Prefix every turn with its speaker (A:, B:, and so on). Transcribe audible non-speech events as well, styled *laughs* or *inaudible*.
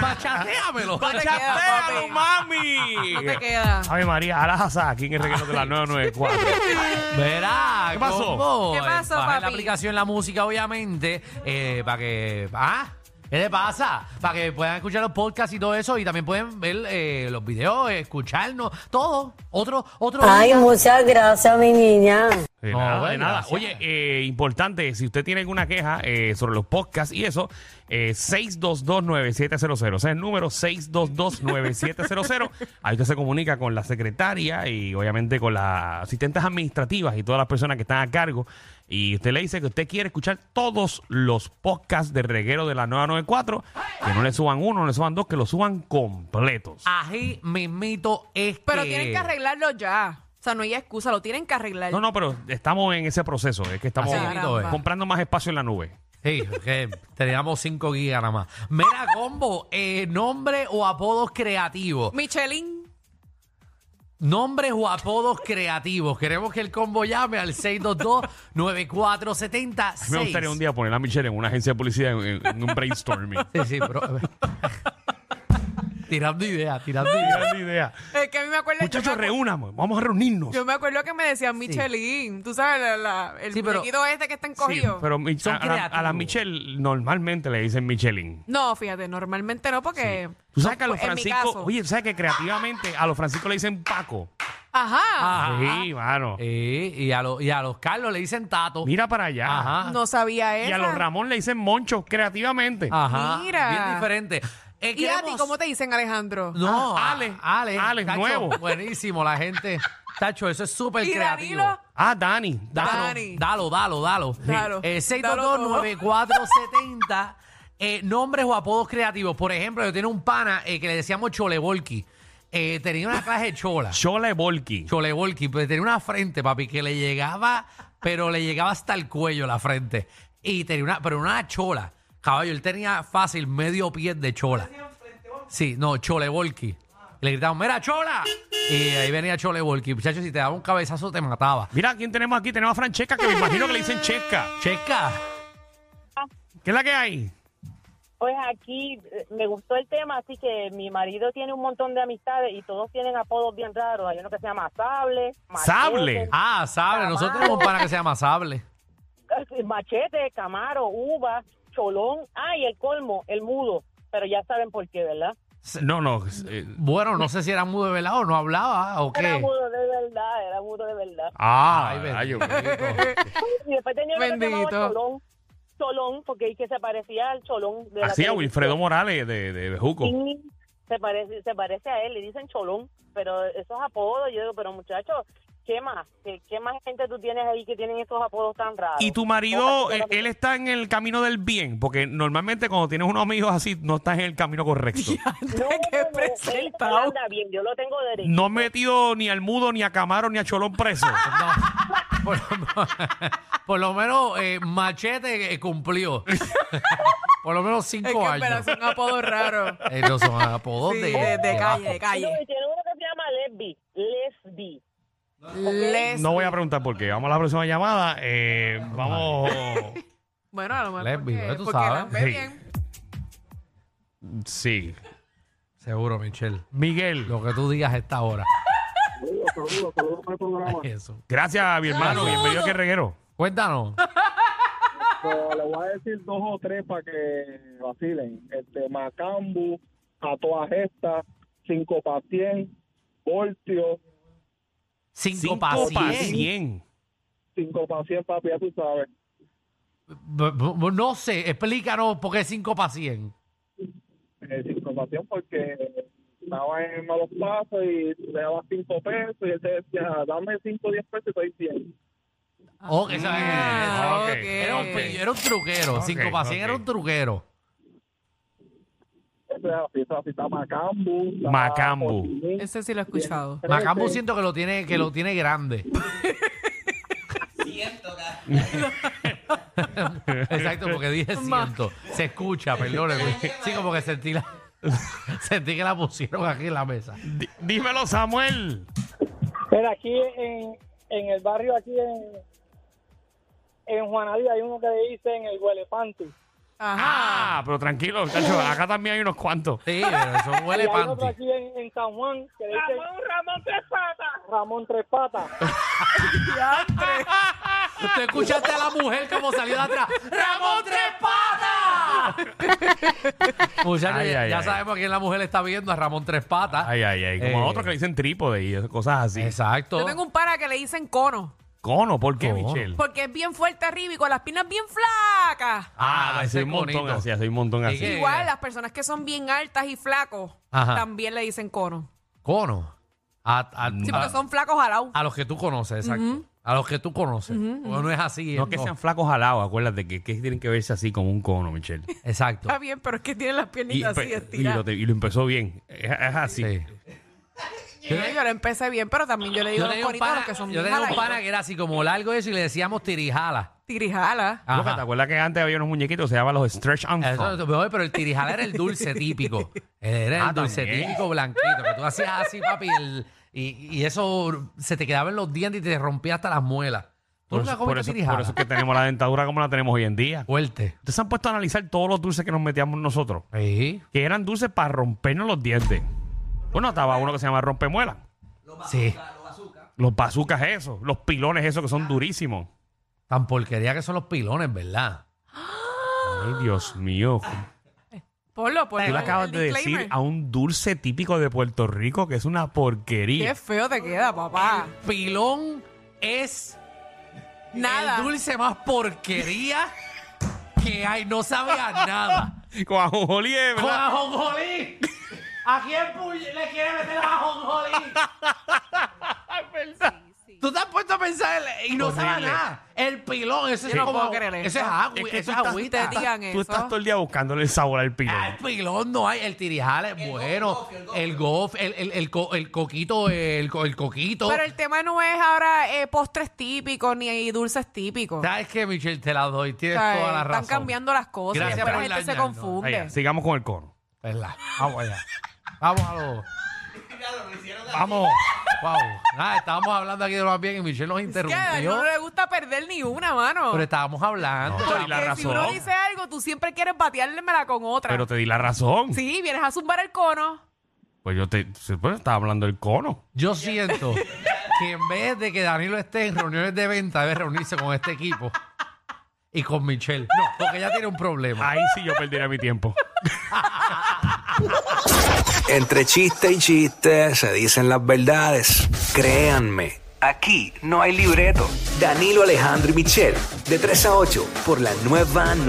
A: Pachateamelo.
B: te queda,
C: ¡Chatea,
B: papi.
C: mami!
B: No te queda.
C: Ay, María, Alaza, aquí en el reguero de la 994.
A: Verá,
C: ¿Qué pasó?
A: Combo,
B: ¿Qué
A: eh,
B: pasó,
A: baja la
B: papi?
A: aplicación la música, obviamente, eh, para que. ¿Ah? ¿Qué le pasa? Para que puedan escuchar los podcasts y todo eso, y también pueden ver eh, los videos, escucharnos, todo. Otro, otro.
D: Ay, muchas gracias, mi niña.
C: De
A: No,
C: nada, de
A: bueno,
C: nada.
A: gracias.
C: Oye, eh, importante, si usted tiene alguna queja eh, sobre los podcasts y eso, eh, 6229700. Ese es el número 6229700. Ahí usted se comunica con la secretaria y obviamente con las asistentes administrativas y todas las personas que están a cargo. Y usted le dice que usted quiere escuchar todos los podcasts de reguero de la 994. Que no le suban uno, no le suban dos, que lo suban completos.
A: Ají mismito es
B: Pero
A: que-
B: tienen que arreglarlo ya. O sea, no hay excusa, lo tienen que arreglar.
C: No, no, pero estamos en ese proceso. Es que
B: Ah,
C: estamos
A: Así mismito es.
C: comprando más espacio en la nube.
A: Sí, que teníamos 5 gigas nada más. Mira, combo, eh, nombre o apodos creativos.
B: Michelin.
A: Nombres o apodos creativos. Queremos que el combo llame al 622-9470.
C: A mí me gustaría un día poner a Michelle en una agencia de publicidad en, en un
B: *laughs*
C: brainstorming.
A: Sí, sí, pero. *laughs* tirando ideas, tirando ideas.
C: Gran idea.
B: Es que a mí me acuerdo. yo
C: Muchachos,
B: me acu-
C: reúnamos, vamos a reunirnos.
B: Yo me acuerdo que me decían Michelin. Tú sabes, la- la- el
A: Sí, pero-
B: muñequito este que está encogido.
C: Pero mi-
A: Son
C: a, a la, a la
A: creativos.
C: Michelle normalmente le dicen Michelin.
B: No, fíjate, normalmente no, porque.
C: Tú sabes que a
B: no,
C: los
B: en mi
C: Francisco,
B: caso.
C: oye, tú sabes que creativamente a los Francisco le dicen Paco.
B: Ajá.
A: Ajá.
C: Sí, mano.
A: Eh, y, a los, y a los Carlos le dicen tato.
C: Mira para allá.
A: Ajá.
B: No sabía eso.
C: Ah, Y a los Ramón le dicen Moncho, creativamente.
A: Ajá.
B: Mira.
A: Bien diferente. Eh,
B: ¿Y a ti
A: queremos-
B: cómo te dicen, Alejandro?
A: No,
C: Ah,
A: a-
C: Ale.
A: Ale,
C: Ale,
A: Tacho,
C: nuevo.
A: Buenísimo, la gente. Tacho, eso es súper
B: *laughs* ¿Y
A: creativo.
B: Danilo? *laughs*
C: *laughs* Ah, Dani. Dani.
A: Dalo,
B: Dani.
A: dalo, dalo, dalo.
B: Dalo.
A: Eh,
B: Dalo
A: 622-9470. *laughs* eh, nombres o apodos creativos. Por ejemplo, yo tenía un pana eh, que le decíamos Cholevolki. Eh, tenía una clase de chola.
C: Chola y Volki.
A: Cholevolki, pues tenía una frente, papi, que le llegaba, pero le llegaba hasta el cuello la frente. Y tenía una, pero una chola. Caballo, él tenía fácil medio pie de chola. Sí, no, Cholevolki. Le gritaban, mira, chola. Y ahí venía Cholevolki. Muchachos, si te daba un cabezazo, te mataba.
C: Mira, ¿quién tenemos aquí? Tenemos a Francesca, que me imagino que le dicen Chesca.
A: Checa.
C: ¿Qué es la que hay?
E: Pues aquí eh, me gustó el tema, así que mi marido tiene un montón de amistades y todos tienen apodos bien raros. Hay uno que se llama Sable.
C: Sable.
A: Ah, Sable. Nosotros
E: Caballo.
A: tenemos un pana que se llama Sable.
E: Machete, *laughs* machete, Camaro, Uva, Cholón. Ay, el colmo, el mudo. Pero ya saben por qué, ¿verdad?
C: No, no. eh,
A: Bueno, no sé si era mudo de velado o no hablaba o
E: Era
A: qué.
E: mudo de verdad, era mudo de verdad.
C: Ah,
A: Ay,
C: rayo.
A: bendito.
E: Y después tenía uno que se llamaba
B: Bendito.
E: Cholón. Cholón, porque ahí que se parecía al Cholón. De la
C: Así a
E: televisión.
C: Wilfredo Morales de, de Bejuco.
E: Sí, se parece, se parece a él, le dicen Cholón, pero esos apodos, yo digo, pero muchachos, ¿qué más? ¿Qué, qué más gente tú tienes ahí que tienen esos apodos tan raros?
C: Y tu marido, eh,
E: Otra persona que-
C: él está en el camino del bien, porque normalmente cuando tienes unos amigos así, no estás en el camino correcto.
E: No,
B: *laughs* Qué
E: no, no, él-
B: presentado.
E: él anda bien, yo lo tengo derecho.
C: No has metido ni al mudo, ni a Camaro, ni a Cholón preso.
A: No. Por, por lo menos eh, Machete eh, cumplió. por lo menos cinco
B: Es que en verdad
A: años.
B: son apodos raros.
A: Eh, no son apodos
B: Sí,
A: de,
B: de, de calle, de
A: bajo.
E: No,
B: calle.
E: y tiene uno que se llama Lesbi, Lesbi.
B: Les-
C: No voy a preguntar por qué. Vamos a la próxima llamada. Eh, vamos.
B: Bueno, a lo mejor.
A: Lesbi,
B: porque-
A: tú
B: porque
A: sabes.
B: las ve
C: Sí.
B: bien.
C: Sí.
A: Seguro, Michelle.
C: Miguel.
A: Lo que tú digas a esta hora.
F: *laughs*
A: Eso.
C: Gracias, mi hermano. Bienvenido a Que Reguero.
A: Cuéntanos.
G: Pero le voy a decir dos o tres para que vacilen. Este, Macambu, Atoajesta, Cinco Patien, Voltio,
A: Cinco,
C: Cinco
A: pa'
C: pa'
A: cien.
C: cien.
G: Cinco Patien, papi, ya tú sabes.
A: B- b- No sé, explícanos por qué cinco pa' cien.
G: Eh, cinco Patien porque estaba en malos pasos y le daba cinco pesos y él te decía, dame cinco o diez pesos y te doy cien.
A: Oh, esa-
B: Ah,
C: ok.
B: ok.
A: Era un, era un truquero.
C: Ok,
A: 5 para 100
C: ok.
A: era un truquero.
G: Eso es así, eso es así. Está Macambu. está
C: Macambu.
G: Cotilín,
B: Ese sí lo he escuchado.
A: Macambo siento que lo tiene, que lo tiene grande. *laughs* Exacto, porque dije siento. Se escucha, perdóneme. Sí, como que sentí la, *laughs* sentí que la pusieron aquí en la mesa.
C: Di- dímelo, Samuel.
F: Pero aquí en, en el barrio, aquí en, en Juanadía, hay uno que le dicen el huelefanti.
B: Ajá.
C: Ah, pero tranquilo, muchachos, acá también hay unos cuantos.
A: Sí, pero eso
F: Y
A: huele
F: hay otro
A: panty.
F: aquí en, en San Juan que le dicen
E: Ramón Tres Patas.
F: Ramón Tres Patas.
A: Tú escuchaste a la mujer como salió de atrás. ¡Ramón Tres Patas! Muchachos,
C: Ay,
A: ya,
C: ay,
A: ya
C: ay.
A: sabemos a quién la mujer está viendo, a Ramón Tres Patas.
C: Ay, ay, ay. Como
A: Eh.
C: otros que le dicen trípode y esas cosas así.
A: Exacto.
B: Yo tengo un para que le dicen cono.
C: Cono, ¿por qué,
A: Cono.
C: Michelle?
B: Porque es bien fuerte arriba y con las piernas bien flacas.
C: Ah,
A: ese
C: soy un
A: es
C: montón
A: bonito.
C: así, soy un montón
A: ¿Y
C: así.
A: qué?
B: Igual las personas que son bien altas y flacos
A: Ajá.
B: también le dicen cono.
A: Cono. A, a-
B: Sí,
A: a-
B: porque son flacos jalao.
A: a los que tú conoces, exacto. A los que tú conoces. Porque no es así.
C: No
A: eh,
C: que
A: no.
C: sean flacos jalados, acuérdate que, que tienen que verse así como un cono, Michelle.
A: Exacto.
B: Está bien, pero es que tiene las piernitas
C: pe-
B: así
C: y lo,
B: estiradas.
C: te- y lo empezó bien. Es, es así.
A: Sí.
B: Yo, yo lo empecé bien, pero también yo le digo
A: Yo
B: a los
A: tenía un
B: conitos a los
A: pana,
B: que son
A: yo
B: bien
A: tenía un
B: jaladitos.
A: pana que era así como largo eso y le decíamos tirijala.
B: Tirijala.
A: Ajá.
C: Loca, ¿Te acuerdas que antes había unos muñequitos que se llamaban los Stretch
A: Eso,
C: Armstrong?
A: oye, pero el tirijala era el
C: *laughs*
A: dulce típico. Era el
C: Ah,
A: dulce
C: también.
A: típico blanquito. Que tú hacías así, papi, el- y, y eso se te quedaba en los dientes y te rompía hasta las muelas. ¿Tú
C: Por
A: nunca
C: eso, por,
A: comiste
C: eso,
A: tirijala?
C: por eso es que tenemos la dentadura como la tenemos hoy en día.
A: Fuerte.
C: Ustedes se han puesto a analizar todos los dulces que nos metíamos nosotros,
A: Sí.
C: que eran dulces para rompernos los dientes. Bueno, estaba uno que se llama rompemuela.
A: Sí.
C: Los bazucas esos, los pilones esos que son durísimos.
A: Tan porquería que son los pilones, ¿verdad?
C: Ay, Dios mío.
B: Ponlo, ponlo.
C: Tú le
B: el-
C: acabas
B: Eh, el
C: de decir
B: disclaimer.
C: a un dulce típico de Puerto Rico que es una porquería.
B: Qué feo te queda, papá.
A: Pilón es
B: Nada.
A: el dulce más porquería que hay. No sabe a
C: *laughs*
A: nada.
C: Con ajonjolí, ¿eh?
A: ¡Con
C: ¿verdad?
A: ajonjolí! ¿A quién puñ- le quiere meter ajonjolí? Tú te has puesto a pensar el- y no
C: Horrible.
A: sabe a nada. El pilón, eso es
B: Yo no
A: como-
B: puedo creer
A: Eso es
B: eso.
A: agua,
C: Es que
A: eso
C: tú
A: es
C: estás-
A: agüita.
B: te digan
C: Tú
B: eso.
C: estás todo el día buscándole el sabor al pilón.
A: *laughs* Ah, el pilón no hay, el tirijal es bueno, el golf, el, el, el co- el coquito, el, co- el coquito.
B: Pero el tema no es ahora eh, postres típicos ni eh, dulces típicos.
A: ¿Sabes qué, Michelle? Te la doy, tienes
B: O sea,
A: toda la razón.
B: Están cambiando las cosas.
A: Gracias
B: después
A: por
B: la gente se
A: dañarnos.
C: Ahí,
B: confunde.
C: sigamos con el cono.
A: ¿Verdad? Vamos allá. Vamos a lo...
C: Vamos.
A: Wow. Nada, estábamos hablando aquí de lo más bien y Michelle nos
B: Es que
A: interrumpió.
B: a él no le gusta perder ni una, mano.
A: Pero estábamos hablando.
C: No, y la
B: Porque si
C: razón.
B: uno dice algo, tú siempre quieres bateármela con otra.
C: Pero te di la razón.
B: Sí, vienes a zumbar el cono.
C: Pues yo te sí, pues, estaba hablando del cono.
A: Yo siento que en vez de que Danilo esté en reuniones de venta, debe reunirse con este equipo y con Michelle. No, porque ella tiene un problema.
C: Ahí sí yo perdería mi tiempo.
H: Entre chiste y chiste se dicen las verdades. Créanme, aquí no hay libreto. Danilo Alejandro y Michel, de 3 a 8, por la nueva 9.